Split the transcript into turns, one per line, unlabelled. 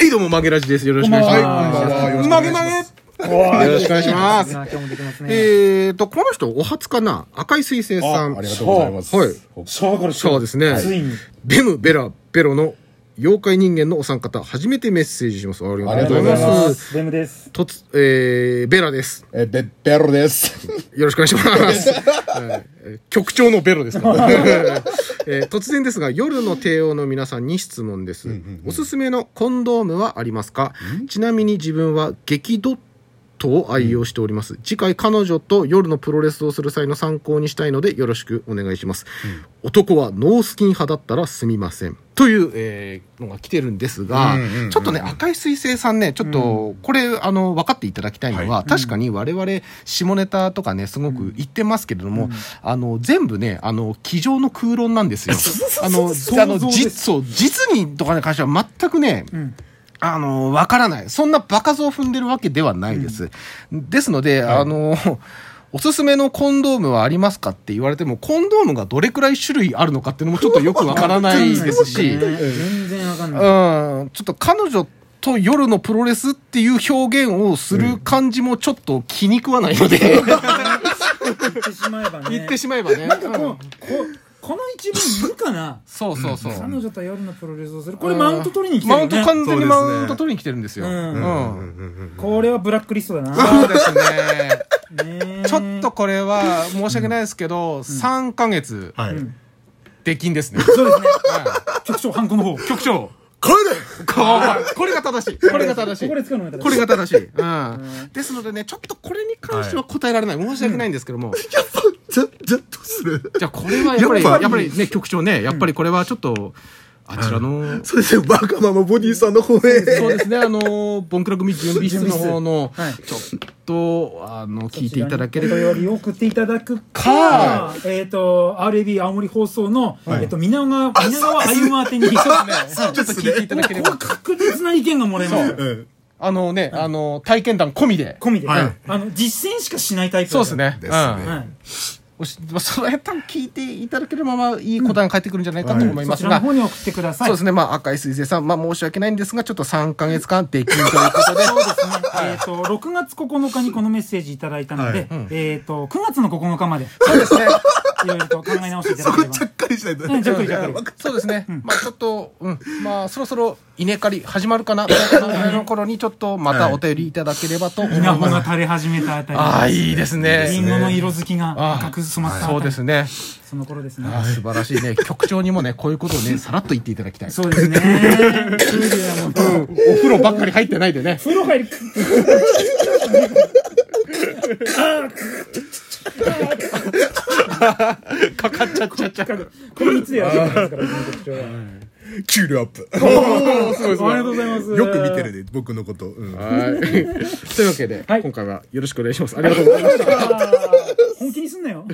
はい、どうも、曲げラジです。よろしくお願いし
こんばんはよろ
ます。
しくお
曲げ曲げよろ
願いします
しくお願いします。
今日もできますね。
えーと、この人、お初かな赤い水星さん。
ありがとうございます。
はい
シャワーから
シャワーですね。
ついに。
ベム、ベラ、ベロの妖怪人間のお三方、初めてメッセージします。ありがとうございます。
ありがとうございま。
ベムです。
とつ、えー、ベラです。
え、ベベロです。
よろしくお願いします。 はいえー局長のベロですから。 えー突然ですが、夜の帝王の皆さんに質問です。おすすめのコンドームはありますかちなみに自分は激ドットを愛用しております。次回彼女と夜のプロレスをする際の参考にしたいのでよろしくお願いします。男はノースキン派だったらすみません。という、えーのが来てるんですが、
うんうんうん
ちょっとね、赤い彗星さんね、ちょっと、これ、あの、分かっていただきたいのは、確かに我々、下ネタとかね、すごく言ってますけれども、あの、全部ね、あの、机上の空論なんですよ。あの、
想像
あの、
です
実、そう、実にとかに関しては全くね、
ん
あの、わからない。そんな場数を踏んでるわけではないです。ですので、あの、おすすめのコンドームはありますかって言われても、コンドームがどれくらい種類あるのかっていうのもちょっとよくわからないですし、
全然わかんない。
うんちょっと彼女と夜のプロレスっていう表現をする感じもちょっと気に食わないので、
言ってしまえばね。
言ってしまえばね。
こうこの一文いるかな
そうそうそう。
彼女とは夜のプロレスをする。これマウント取りに来て
マ
る
ウ
よ
ント
ね。
完全にマウント取りに来てるんですよ。
う
うんん。
これはブラックリストだな。
そうです ね。
ねえ
ちょっと。これは申し訳ないですけど、3ヶ月、
はい。
出禁ですね。
そうですね。局長、ハンコの方。こ
局長。
これ
これが正しい。これが正しい。
こで使うのが
これが正しい。うん。ですのでね、ちょっとこれに関しては答えられない。申し訳ないんですけども。
じゃ、じゃ、どうする
じゃあこれはやっぱり、
や
や
っぱ
っぱりね、局長ね、やっぱりこれはちょっと、あちらの、
それでバカママボディさんの方
そう
へ。
ですね、あの、 ボンクラ組準備室の方の、
はい
ちょっと、あの、聞いていただけれ
お
ば。
便りを送っていただく
か
か、えっと、RAB 青森放送の、えっと、皆川、皆川歩夢宛てに、ちょ
ちょっと聞いていただければ。
確実な意見がもらえます。
うん。
あのね、あの、体験談込みで。
込みで、
はい
あの実践しかしないタイプ
そうです
ね、
ね。
ですね
はい、
うん。 その辺多分聞いていただけるままいい答えが返ってくるんじゃないかと思います
そちらの
が、
方に送ってください
そうですね、まあ、赤い水星さん、まあ、申し訳ないんですが、ちょっと3ヶ月間できるということで、
そうですね、えっ、と6月9日にこのメッセージいただいたので、
はい
えっ、と9月の9日までい
そうですね。
ろいろと考え直していた
そ
だけ
こ
れば
ちゃっかりしないと。
うんちゃっかり
そうですね、まあちょっと、うん、まあそろそろ稲刈り始まるかな、どうかなぐらいの頃にちょっとまたお便りいただければと思い
稲
ま
穂
す。
が垂れ始めたあたり
ああ、いいですね。
リンゴの色づきが赤く染まったあたり
そうですね。
その頃ですね、
あー素晴らしいね。局長にもね、こういうことを ね、さらっと言っていただきたい。
そうですねそうですねもう
お風呂ばっかり入ってないでね。
風呂入り
かかっちゃっちゃっちゃ。
この3つでやらせてもらいますから
キュールアップ。
ありがとうございます
よく見てるね、僕のこと。うん。
はい。 というわけで、
はい
今回はよろしくお願いします。ありがとうございました。
本気にすんなよ